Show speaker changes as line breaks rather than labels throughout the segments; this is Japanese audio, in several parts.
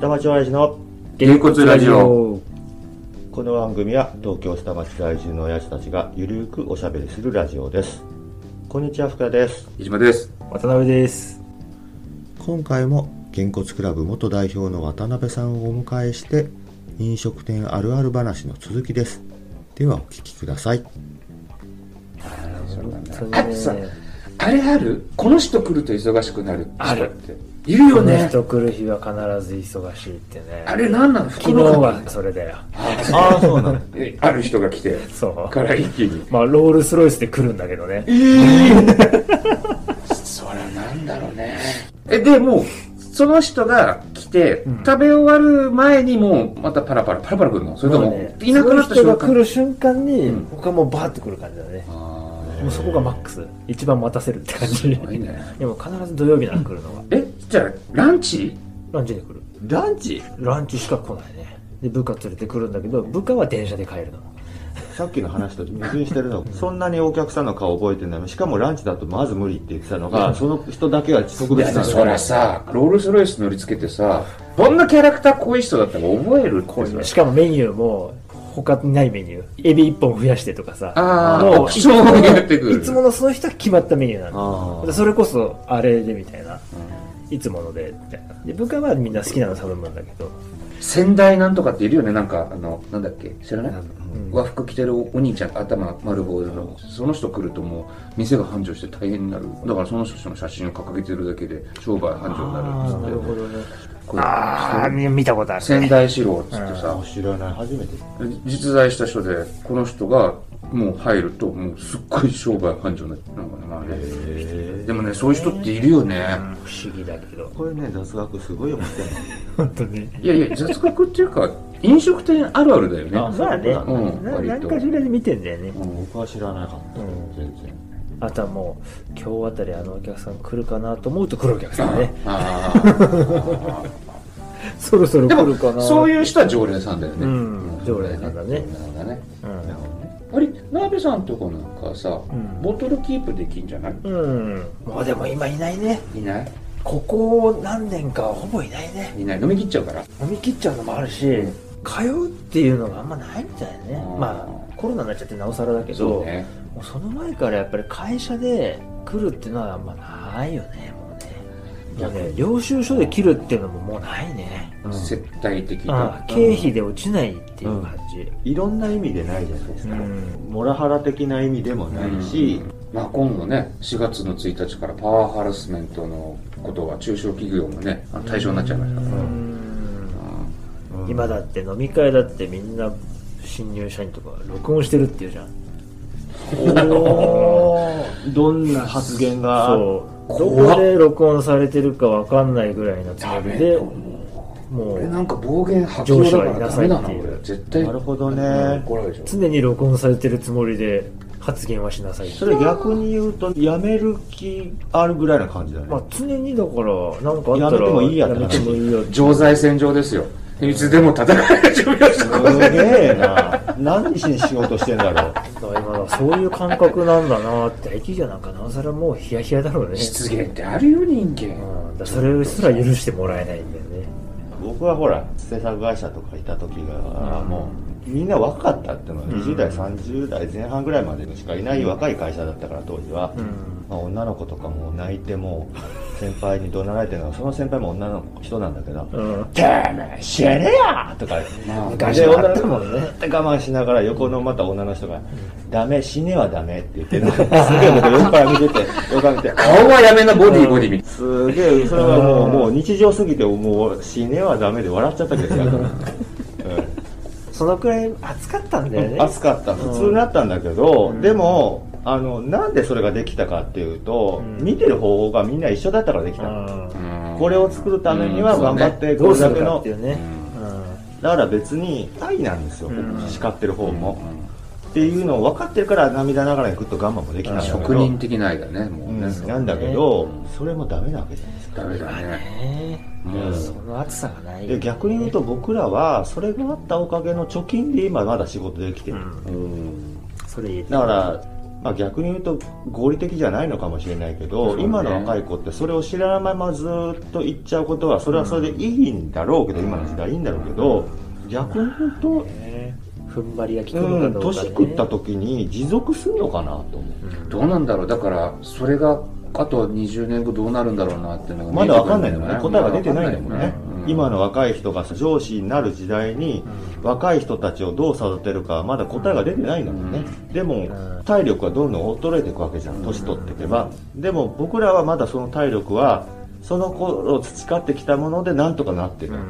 下町大地の
げんこつラジオ。
この番組は東京下町在住の親父たちがゆるーくおしゃべりするラジオですこんにちは福田です
飯島です。
渡辺です。
今回もげんこつクラブ元代表の渡辺さんをお迎えして飲食店あるある話の続きですではお聞きください
あとさ、あれあるこの人来ると忙しくなる。人って。いる
こ
よ
の
ね。
人来る日は必ず忙しいってね。
あれなんなの
昨日はそれだよ。
ああそうなの
えある人が来て、
そう。
から一気に。
まあ、ロールスロイスで来るんだけどね。
そりゃなんだろうね。え、でもう、その人が来て、
うん
食べ終わる前にもう、またパラパラ、パラパラ来るのそれとも、
まあね
いなくなった
そ
瞬
の
間
人が来る瞬間に、
うん
他もバーって来る感じだね。
あ
もうそこがマックス。一番待たせるって感
ー
じ
す。ごいね。
でも必ず土曜日なら来るのは。
え、じゃあ、ランチ
ランチで来る。
ランチ
ランチしか来ないね。で、部下連れてくるんだけど、部下は電車で帰るの。
さっきの話と矛盾してるのそんなにお客さんの顔覚えてないのしかもランチだとまず無理って言ってたのがその人だけは特
い
別
や
な
そりゃさロールスロイス乗り付けてさどんなキャラクター濃い人だったか覚えるってさ
しかもメニューも、他にないメニュー。エビ1本増やしてとかさ。
ああ
もう
オプションをやってくる
いつものその人は決まったメニューなの
あ
でそれこそあれでみたいな、いつものでみたいなで部下はみんな好きなの頼むんだけど
仙台なんとかっているよねなんかあのなんだっけ知らない、
ん
和服着てるお兄ちゃん頭丸坊主のその人来るともう店が繁盛して大変になるだからその人の写真を掲げてるだけで商売繁盛になるっつって
どね
これ
ああ見たことある
仙台四郎っつって
あ
さ
知らない初めて
実在した人でこの人がもう入るともうすっごい商売繁盛になるなんかねまあねでもねそういう人っているよね、
不思議だけど
これね雑学すごい面白いの
本当に
いやいや、雑学っていうか、飲食店あるあるだよね。
あ
まあね、
うん
な
割と
なんかしらで見てんだよね
僕は知らなかった、全然
あとはもう今日あたりあのお客さん来るかなと思うと来るお客さんね
ああ
そろそろ
で
来るか
も、
な
そういう人は常連さんだよね。
うん常連さんだね
常連さんだね。
うん
あれ、鍋さんとこなんかさ、
ん
ボトルキープできんじゃない
うん、もうでも今いないね
いない
ここ何年かはほぼいないね
いない。飲み切っちゃうから。
飲み切っちゃうのもあるし、通うっていうのがあんまないみたいね
うん
まあコロナになっちゃってなおさらだけど
そうね。
もうその前からやっぱり会社で来るっていうのはあんまないよねもうねもうね領収書で切るっていうのももうないね、
接待的
あ
な
あ。経費で落ちないっていう感じ
いろんな意味でないじゃないですか、
うん
モラハラ的な意味でもないし、
まあ今度ね、4月の1日からパワーハラスメントのことは中小企業もね、あの対象になっちゃいました
う
から。
ん
うん
今だって飲み会だってみんな新入社員とか録音してるっていうじゃん
どんな発言が
そうど
怖っ
こで録音されてるかわかんないぐらいのつもりでも
俺
う
なんか暴言発狂だからダメだな
上司はいなさいっていう
俺絶対
なるほどね
うん怒られるでしょ
常に録音されてるつもりで発言はしなさい
それ逆に言うとやめる気あるぐらいな感じだね、
まあ、常にだからなんかあ
や
ったら
めてもいいやって
めてもいいやって
常在戦場ですよいつでも戦える準備をしてこ
すげえな何しに仕事してんだろう
だから今だそういう感覚なんだなって大企業なんかなおさらもうヒヤヒヤだろうね
失言ってあるよ人間
うん、だからそれすら許してもらえないんだよね
僕はほら制作会社とかいた時がもうみんな若かったっていうのは20代30代前半ぐらいまでしかいない若い会社だったから当時は、
ん
まあ、女の子とかも泣いてもう先輩に怒鳴られてるのはその先輩も女の人なんだけど
うん
「てめえ死ねや!」とか
まあ
昔はあったもんね
で我慢しながら横のまた女の人が「ダメ死ねはダメ」って言ってなんかすげえ僕横から見てて横から見て
顔はやめなボディボディみたい
すげえそれはもうもう日常すぎてもう死ねはダメで笑っちゃったけどやだな、
そのくらい暑かったんだよ
うん、
ね
暑かった普通になったんだけど、
ん
でもあのなんでそれができたかっていうと、
うん
見てる方法がみんな一緒だったからできた、
う
な
これを作るためには頑張って
んど
こ
う
れ
す
だ
る
け
か
の
っていうね
だから別に愛なんですよ、
うん
叱ってる方も、
うん
っていうのを分かってるから涙ながらにグッと我慢もできたんだけど
職人的な愛だねも
う
うんね
なんだけど、それもダメなわけじゃないですか
ダメだ
うん
ね
ね
もう
その暑さがない
で逆に言うと僕らはそれがあったおかげの貯金で今まだ仕事できてる、
うんそれ言えて
だからまあ、逆に言うと合理的じゃないのかもしれないけ
そ
ど、
うね
今の若い子ってそれを知らないままずっと言っちゃうことはそれはそれでいいんだろうけど、
うん
今の時代いいんだろうけど逆に言うと、
ね踏ん張りが効くの
う
か
ん、
どうか、ね
年食った時に持続するのかなと思
うん
どうなんだろうだからそれがあと20年後どうなるんだろうなっていうの
う
が
まだ分かんないんだもんね答えが出てないんだ
よ
もんね、今の若い人が上司になる時代に若い人たちをどう育てるかまだ答えが出てないんだもんね、でも
うん
体力はどんどん衰えていくわけじゃん年取っていけば、でも僕らはまだその体力はその頃培ってきたものでなんとかなってるわけ、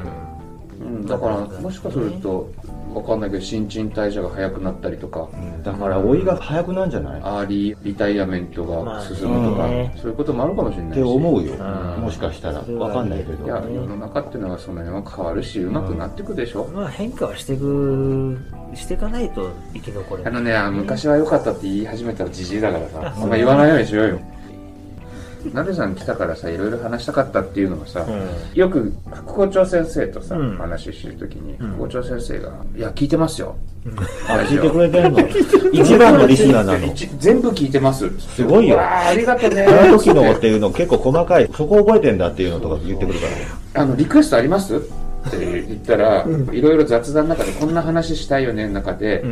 うんだからもしかするとわかんないけど新陳代謝が早くなったりとか
うんだから老いが早くなんじゃない、っ
アーリーリタイアメントが進むとか、
まあ
ね
そういうこともあるかもしれないして
思うよ、
うん
もしかしたら
それは
わかんないけど
いや世の中っていうのはその辺は変わるしうまくなっていくでしょ、
まあ変化はしていくしていかないと生き残れ
あ
ない
のね、あ昔は良かったって言い始めたらじじいだから さ、あんま言わないようにしようよ。なべさん来たからさ、いろいろ話したかったっていうのがさ、よく副校長先生とさ、
うん
話してるときに、
ん
副校長先生が、いや、聞いてますよ。
あ聞いてくれて るの一番のリスナーなの
一全部聞いてます。
すごいよ
うわーありがとうね。
あの時のっていうの結構細かいそこ覚えてんだっていうのとか言ってくるから
あの、リクエストありますって言ったら、いろいろ雑談の中で、こんな話したいよねの中で、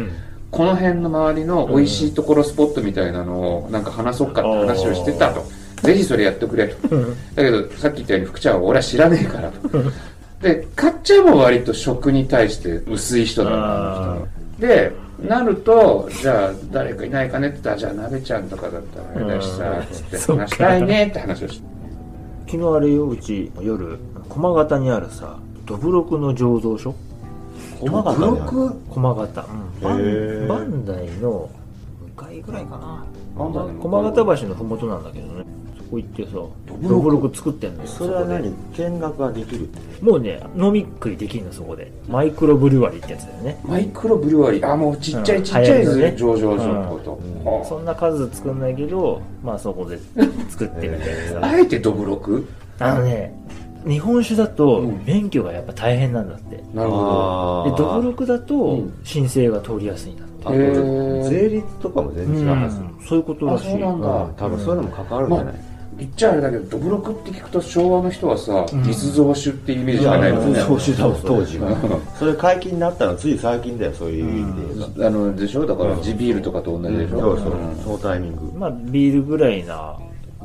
この辺の周りの美味しいところスポットみたいなのをなんか話そうかって話をしてたと。ぜひそれやってくれと。だけど、さっき言ったように福ちゃんは俺は知らねえからと。で、かっちゃんも割と食に対して薄い人だな。あの人で、なると、じゃあ誰かいないかねって言ったら、じゃあ鍋ちゃんとかだったらあれだし
う
さ
ん、
つって
そっか
話したいねって話をして。
昨日あれようち夜駒形にあるさどぶろくの醸造所
細かったね
ブロック
駒形、バン
へー
バンダイの向かいぐらいかな
バンダイの向かい
駒形橋のふもとなんだけどねそこ行ってさ
ク
どぶろく作ってんのよ
それは
こで
何見学ができる
もうね飲み食いできるのそこでマイクロブリュワリーってやつだよね
マイクロブリュワリー。あ、もうちっちゃ
う
い
ん
ちっちゃい
流行りのね
上場所のこと
うん。
はあ
そんな数作んないけどまあそこで作ってみたいなさ
あえてドブロク
あのね、日本酒だと
うん
免許がやっぱ大変なんだって。で、
なるほ
ドブロクだと
うん
申請が通りやすいんだって。
あと
へー
税率とかも全然違うはず、うん
そういうことらし
あそう
い。
なんだ
多分そういうのも関わるんじゃない、
ど言っちゃあれだけどドブロクって聞くと昭和の人はさ密造酒っていうイメージしかないもんね
そうしてたもん
そう
当時はそれ解禁になったのつい最近だよそういう意味で言えば
あのでしょだから地ビールとかと同じでしょ
そうそう
うん
そのタイミング
まあ、ビールぐらいな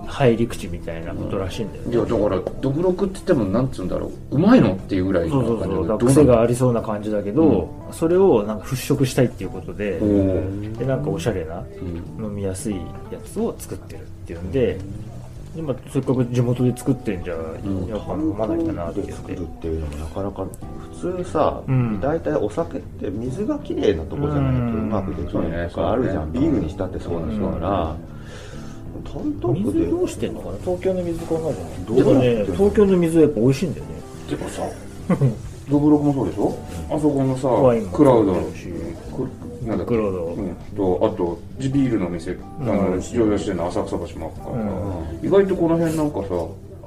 入り口みたいなことらしいんだよ
い
ね。
やだからドブロクって言ってもなんつうんだろううまいのっていうぐらい
そう
の
そう
感じ
そう。
で
だ
ど
から
う
癖
な
が
の
ありそうな感じだけど、それをなんか払拭したいっていうことで
お、ー
で、なんかおしゃれな、
うん
飲みやすいやつを作ってるっていうんで、今せっかく地元で作ってんじゃ、やっぱ飲まないかなって
で
言っ
作
て
る。っていうのもなかなか普通さ、
うん
大体お酒って水がきれいなとこじゃないとうまくできないとかあるじゃん、
そうねそうね
ビールにしたってそうなんだから、単独で
水どうしてんのかな東京の水考え
ど
た
う
らでも
な
ね
ってんの
東京の水はやっぱ美味しいんだよね
でもさドブロクもそうでしょあそこのさ
ワインも
クラウドの
美味しい
くなんだっけ
クラウド
うん、とあと地ビールの店、あ
う
の
ん
上場してるの浅草橋もあるから、意外とこの辺なんか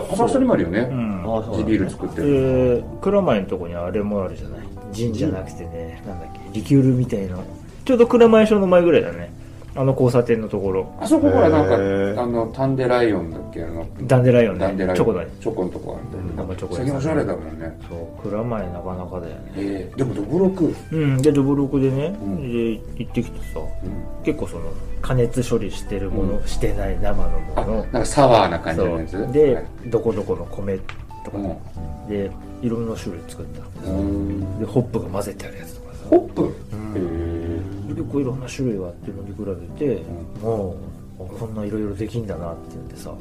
さ浅草にもあるよね、
ん
あそう
地ビール作って
で
る、
蔵前のとこにあれもあるじゃないジンじゃなくてねなんだっけリキュールみたいなちょうど蔵前署の前ぐらいだねあの交差点のところ
あそこほらなんか、
へー
あのタンデライオンだっけあの
ダンデライオン
ダンデライ
ねチ
オン
ョコだね
チョコのとこあるん
な
だ
んかチョコ
最近おしゃれだもんね
そう蔵前なかなかだよね
ええでもどぶろく、
うんでドブロクでね、
ん
で行ってきてさ
うん
結構その加熱処理してるもの、
う
してない生の
あ
も
なん
の
かサワーな感じのや
そ
つ
うで、
はい
どこどこの米とか、
うん
でいろんな種類作った
うん
でホップが混ぜてあるやつとかさ
ホップ、
ん
ええ
結構いろんな種類があって飲み比べて、もうこんないろいろできんだなって言ってさ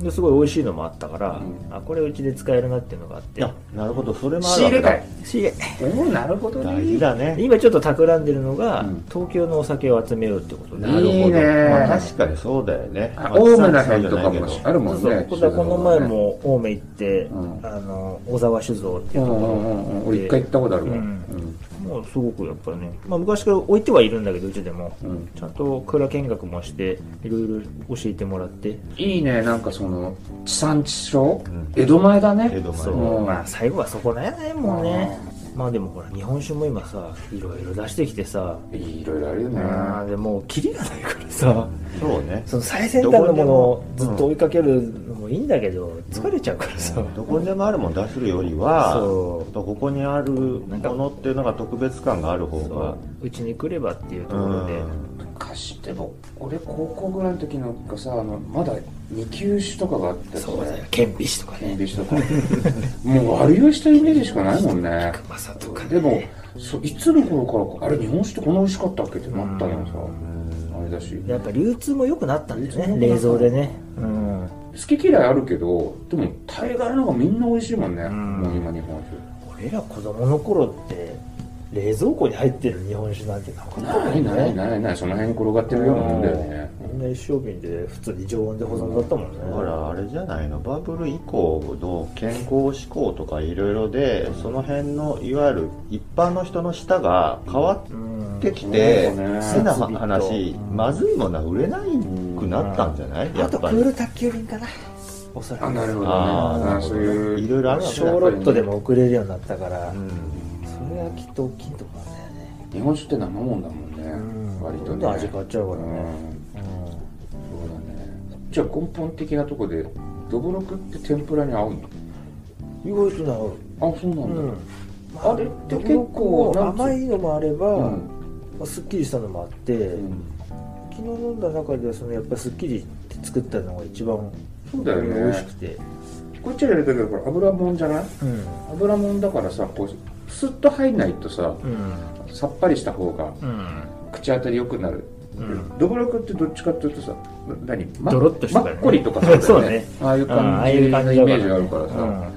ですごい美味しいのもあったから、
うん
あこれうちで使えるなっていうのがあっ
い
て
やなるほどそれもあ
仕
るわ
入
け
れ
だ
かい
仕入れ
おおなるほど
大事
ね
だね
今ちょっと企んでるのが、
うん
東京のお酒を集めようってことで
なるほどいいね
まあ、確かにそうだよね
あ青梅らへんとか
ま
も
あ
ある
そ
も
うんそう
ね
ここだこの前も青梅行って、
うん
あの小沢酒造って
う
い
ん
うと
う
ころ、
んうんうん、俺一回行ったことあるわ、
うんもうすごくやっぱね、まあ、昔から置いてはいるんだけどうちでも、
うんうん
ちゃんと蔵見学もしていろいろ教えてもらって
いいねなんかその地産地消、江戸前だね
江戸前
うん
まあ最後はそこなんやねもうねまあでもほら日本酒も今さいろいろ出してきてさ
いろいろあるよね。
ああでもキリがないからさ
そうね
その最先端のものをずっと追いかけるのもいいんだけど疲れちゃうからさ、
どこにでもあるもの出すよりは
そう
ここにあるものっていうのが特別感がある方が
うちに来ればっていうところで、
うん
昔でも俺高校ぐらいの時のがさあのまだ二級酒とかがあって
そうだよ顕微師とか
天
ね
秤とかもう悪用したイメージしかないもんね
熊さとかね
でもそういつの頃からかあれ日本酒ってこんな美味しかったっけってなったのさあれだし
やっぱ流通も良くなったんだよね
流
冷
通も
蔵で
良く
ねうん
好き嫌いあるけどでも大概の方がみんな美味しいもんね
ん
もう今日本
俺ら子供の頃って冷蔵庫に入ってる日本酒なんてなかったも
酒なん
ね
いないないないその辺に転がってるようなもんだよね
みんな一生瓶で普通に常温で保存だったもんね、
だからあれじゃないのバブル以降の健康志向とかいろいろでその辺のいわゆる一般の人の舌が変わってきて
うん
変な話まずいものは売れなくなったんじゃないや
あと
っ
ク
ぱ
ー
り
ル宅急便かなおそら
あ
く
なるほどね
あー
あーそういう
いろいろあるわけ
小
だ
ロットでも送れるようになったから、
うん
それはきっと大きいと思うんだよね
日本酒って生もんだもんね、
うん
割と
どん
ね
どん味変わっちゃうから
う
ね
ん
うん
そうだねじゃあ根本的なとこでどぶろくって天ぷらに合うの
意外となる
あそうなんだ、
うん
あれって結構なんつ
甘いのもあれば、
うん
まあ、すっきりしたのもあって、
うん
昨日飲んだ中ではそのやっぱりすっきりって作ったのが一番
そうだ
美
よ
味し
ね
くて、
こっちでやるときはこれ油もんじゃない
うん
油もんだからさこうスッと入んないとさ
うん
さっぱりした方が
うん
口当たり良くなる、
うん
どぶろくってどっちかっていうとさな何ま
ドロッとしてた
ま
よね
っこりとかさ
そうね
ああいう
あ
感
あ
じ
いう
の
感じ
イ
だ
メ
からね
ージがあるからさ、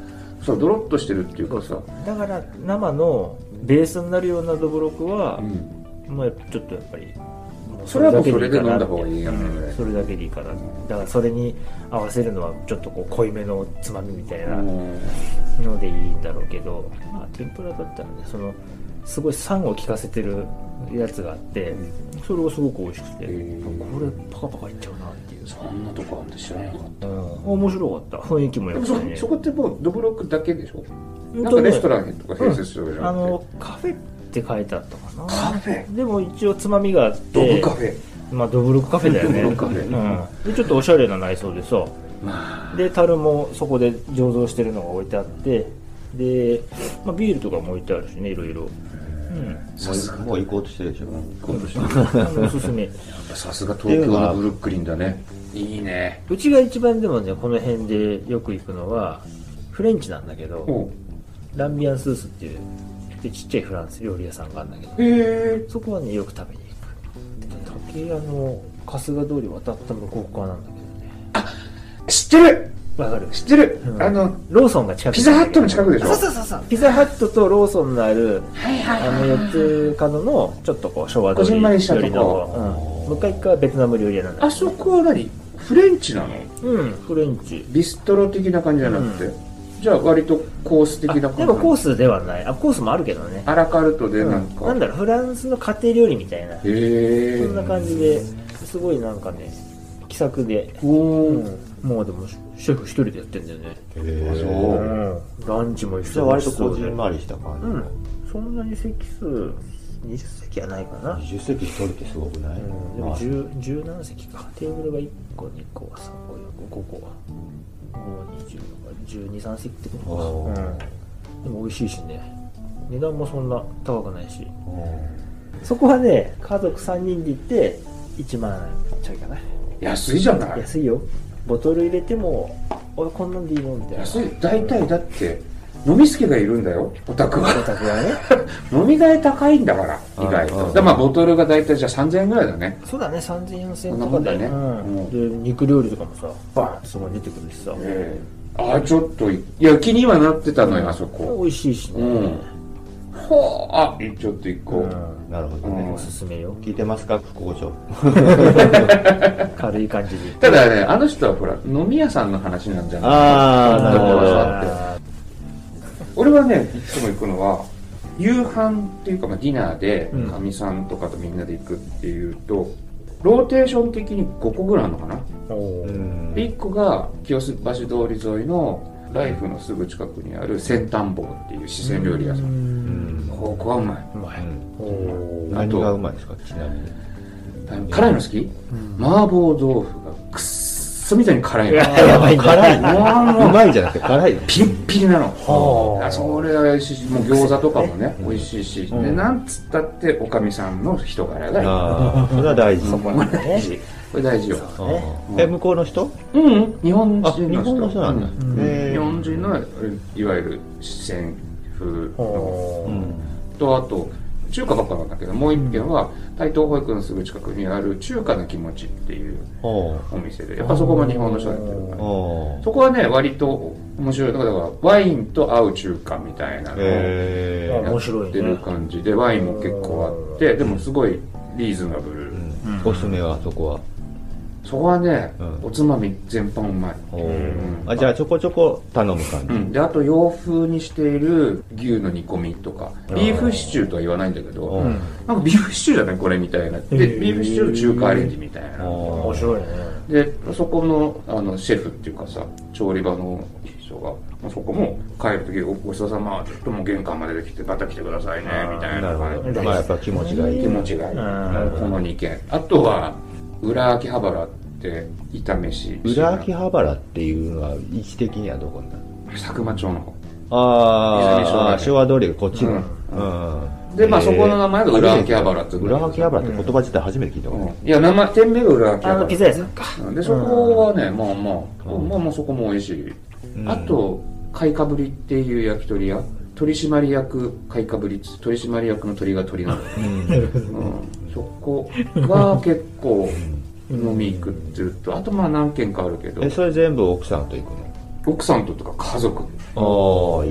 そうドロッとしてるっていうかさ、
だから生のベースになるようなどぶろくは
う、ん
まあちょっとやっぱりもう
それはもう
だ
そ
け
れ
い
で
か
飲ん
な
だ方がいいよね、
うんそれだけでいいからだからそれに合わせるのはちょっとこう濃いめのつまみみたいな
うん
のでいいんだろうけど、まあ、天ぷらだったらねそのすごい酸を効かせてるやつがあって、それがすごく美味しくて、
ー
これパカパカいっちゃうなっていう、
そんなとこあんて知らなかっ
うん面白かった雰囲気も
た
良
でも
く
そ
てね
そこってもうドブロックだけでしょ
うん
なん
と
か
ね
レストランとか併設するわけじゃ
あ
なくて、
のカフェって書いてあったかな
カフェ
でも一応つまみがあって
ドブカフェ
まあドブロックカフェだよね
ドブロックカフ
うん、でちょっとおしゃれな内装でさで樽もそこで醸造してるのが置いてあってで、まあ、ビールとかも置いてあるしねいろいろ、うん
さすが
もう行こうとしてるでしょ
あのおすすめ
さすが東京のブルックリンだねいいね
うちが一番でもねこの辺でよく行くのはフレンチなんだけど
お
ランビアンスースっていうでちっちゃいフランス料理屋さんがあるんだけど
へえ
そこはねよく食べに行く竹屋の春日通り渡った向こう側なんだけどね
知ってる
わかる
知ってる、
うん
あの
ローソンが近く
ピザハットの近くでしょ
そうそうそうそうピザハットとローソンのある
はいは
あの四つ角のちょっとこう昭和通
こじ
り
んまりしたとこ
寄りの、うん、向かい側はベトナム料理屋なんだけ
あそこは何フレンチなの
どうんフレンチ
ビストロ的な感じじゃなくて、じゃあ割とコース的
あ
な感じ
でもコースではないあコースもあるけどね
アラカルトでなんか、
うんなんだろうフランスの家庭料理みたいな
へえ
そんな感じですごいなんかね気さくで、
おお、
うん、もうでもシェフ一人でやってんだよね
あ
そう
うんランチも一緒
じゃあ割とこじんまりした感じ、
うんそんなに席数20席はないかな、
20席一人ってすごくない、
うん、で
ま
も
あ
十十何席かテーブルが1個2個3個4個5個520とか123席ってこと
お
か、
ー
うん、でも美味しいしね値段もそんな高くないし
うん
そこはね家族3人で行って1万ちょいかな
安いじゃない
安いよボトル入れても俺こんなんでいいのみたいな
安い大体だって飲み助がいるんだよお 宅
お
は
宅はね
飲み代高いんだから意外
うんうんう
と
ん
でまあボトルが大体じゃあ3000円ぐらいだね
そうだね3000円4000
そ
円
んな
と
も
か
んだ
で,、
ね
うん、で
う
肉料理とかもさバーンとそこに出てくるしさ、
ええああちょっといや気にはなってたのよあそこ
美味しいしね、
うんほうあちょっと一個、
うん
なるほど
うん
ね
おすすめよ
聞いてますか副校長
軽い感じで
ただねあの人はほら飲み屋さんの話なんじゃない
あ
ーなるほど俺はねいつも行くのは夕飯っていうか、まあ、ディナーで
うん
かみさんとかとみんなで行くっていうと、ローテーション的に5個ぐらいあるのかな、
お
う
ー
ん
で1個が清洲橋通り沿いのライフのすぐ近くにある先端坊っていう四川料理屋さん、
うん
ここはうまい。
うまい、
あ
何が
と
うまいですかちなみに
辛いの好き、麻婆豆腐がくっそみたいに辛いの。
やばいんだ
辛い
もう
うまいじゃなくて辛いの
ピリッピリなの。
はあ
あそれが美味しいし、もう餃子とかもね、
うん
美味しいし、
うん
で、なんつったって、おかみさんの人柄がいい。
ああそれは大事
そこは大事。これ大事よ。
うね
あーえ向こうの人
うんうん、日本人の
あ
人。
日本の人なんだ、
う
へー
日本人の、いわゆる四川風の。
ほう
うん
と、あと、中華ばっかなんだけど、もう一軒は、台東保育園のすぐ近くにある中華の気持ちっていう
ほ
お店で、やっぱそこも日本の人がやってるか
う
ら。
ほう
そこはね、割と面白い。だから、ワインと合う中華みたいなのを。
へ
あ
え
面白い
出る
ね
感じでワインも結構あってでもすごいリーズナブル、
うんおすすめはそこは
そこはね、
うん
おつまみ全般うまい、
ほう
うん
あじゃあちょこちょこ頼む感
う
じ
ん、であと洋風にしている牛の煮込みとかビーフシチューとは言わないんだけど
うん
なんかビーフシチューじゃないこれみたいなで
へー
ビーフシチューの中華アレンジみたいな
ほ
面
う
白いね
でそこのあのシェフっていうかさ調理場の人がまあそこも帰る時ごごちそうさまちょっともう玄関まで来てまた来てくださいねみたい
な
な
るほ
感じ
ど
で
まあやっぱ気持ちがいい
気持ちがいい、
うん
この2軒あとは裏秋葉原って炒飯
裏秋葉原っていうのは位置的にはどこになる
佐久間町の方泉昭和
あ
ね
あ昭和通りがこっちの、
う
うん
でまあそこの名前が裏秋葉原っ
初
て
めて裏秋葉原って言葉自体初めて聞いたわ、
うんいや名前店名が裏秋葉
あ
原
のピザ屋さんか
でそこはねま
う
あまあ、
ん
まあまあそこも美味しい、
うん
あと買いかぶりっていう焼き鳥屋取締役買いかぶり取締役の鳥が鳥 なの、
うん
うん、そこは結構飲み行くっていうとあとまあ何軒かあるけど
えそれ全部奥さんと行く
奥さんととか家族で
のああい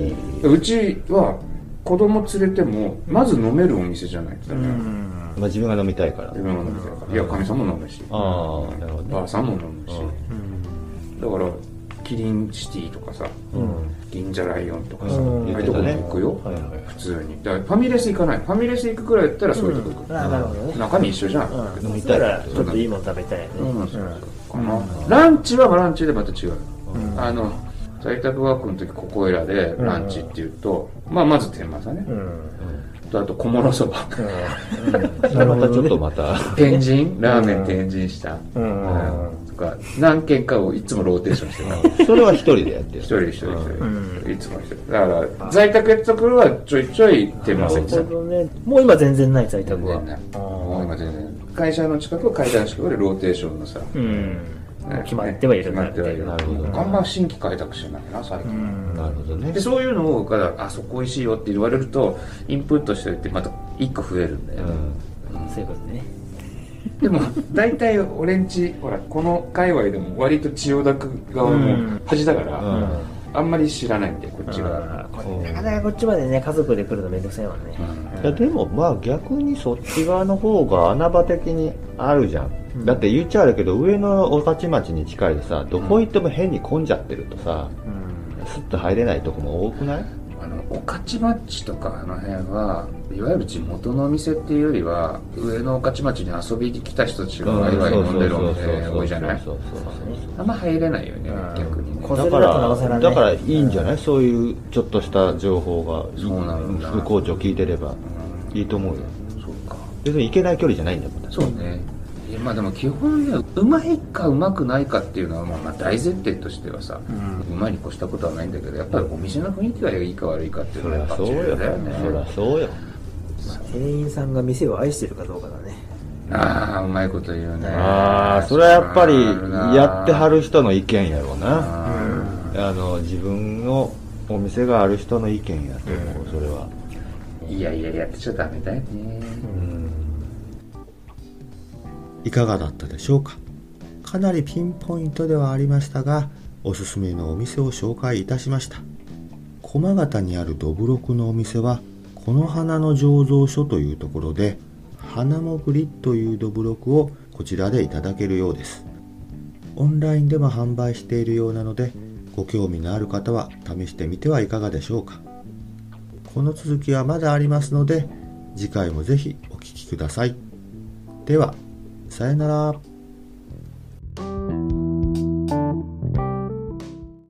いう
ちは子供連れてもまず飲めるお店じゃないとダメなの
まあ自分が飲みたいから
自分は飲みたいからいやかみさんも飲むし
ああなるほどね
ばあさんも飲むし
うん
だからキリンシティとかさ
うん
銀座ライオンとかさあ
うん
あいうとこに行くよ
はいはいはい
普通にだからファミレス行かないファミレス行くくらいだったらそういうとこ行
あなるほど
く
ね
中身一緒じゃん
うん
飲み
そした
い
たらちょっといいもの食べたいよね
そうなんですよかな
うん
ランチはランチでまた違う
うん
あの在宅ワークの時ここいらでランチっていうとまあまず天満さんね
うんうん
とあと小物そば
それまたちょっとまた
天神 ラーメン天神した、
う
うん
ん
とか何軒かをいつもローテーションしてます
それは一人でやってる
一人一人一人、
う
いつも一人だから在宅やってた頃はちょいちょい手
な
間
る
先
ほ
さん
どねもう今全然ない在宅は
全然ないもう
あ
今全然会社の近く会社の近くでローテーションのさ、
ーうん
ね
決まってはいる
決まってはいる
なるほど
あんま新規開拓してないな最
う
近、
ん
なるほどね
でそういうのをだからあそこおいしいよって言われるとインプットしておいてまた一個増えるんだ
う
よね、
ん
そういうことね
でも大体俺んちほらこの界隈でも割と千代田区側
うん
も端だから、
うん
あんまり知らないんでこっちが
あーこれなかなかこっちまでね家族で来るのめんどくさいもんね
うん
いやでもまあ逆にそっち側の方が穴場的にあるじゃん、だって言っちゃあるけど上の御徒町に近いでさどこ行っても変に混んじゃってるとさ、
うん
スッと入れないとこも多くない
あの御徒町とかあの辺はいわゆる地元のお店っていうよりは上の御徒町に遊びに来た人たちがワイワイ飲んでるお店多いじゃない
そうそうそうそう
あんま入れないよね
うん
逆にね
こ
だか
子連れだとなおさら
ら
ね
だからいいんじゃない、そういうちょっとした情報が
そうなんだ
副校長聞いてればいいと思うよ
そうか
別に行けない距離じゃないんだもんだって
そうねいやまあでも基本ねうまいかうまくないかっていうのはまあまあ大前提としてはさうまいに越したことはないんだけどやっぱりお店の雰囲気がいいか悪いかっていう
そ
の
り
はや
ゃ
っぱ
そう
重要
よ
だよね
そりゃそうよ
店員さんが店を愛してるかどうかだね
ああうまいこと言うね
ああそれはやっぱりやっては
る
る人の意見やろうなあの自分のお店がある人の意見やと思う、それは、
いやいややってちゃダメだよね
いかがだったでしょうかかなりピンポイントではありましたがおすすめのお店を紹介いたしました駒形にあるどぶろくのお店はこの花の醸造所というところで花もぐりというどぶろくをこちらでいただけるようですオンラインでも販売しているようなのでご興味のある方は試してみてはいかがでしょうかこの続きはまだありますので次回もぜひお聴きくださいではさよなら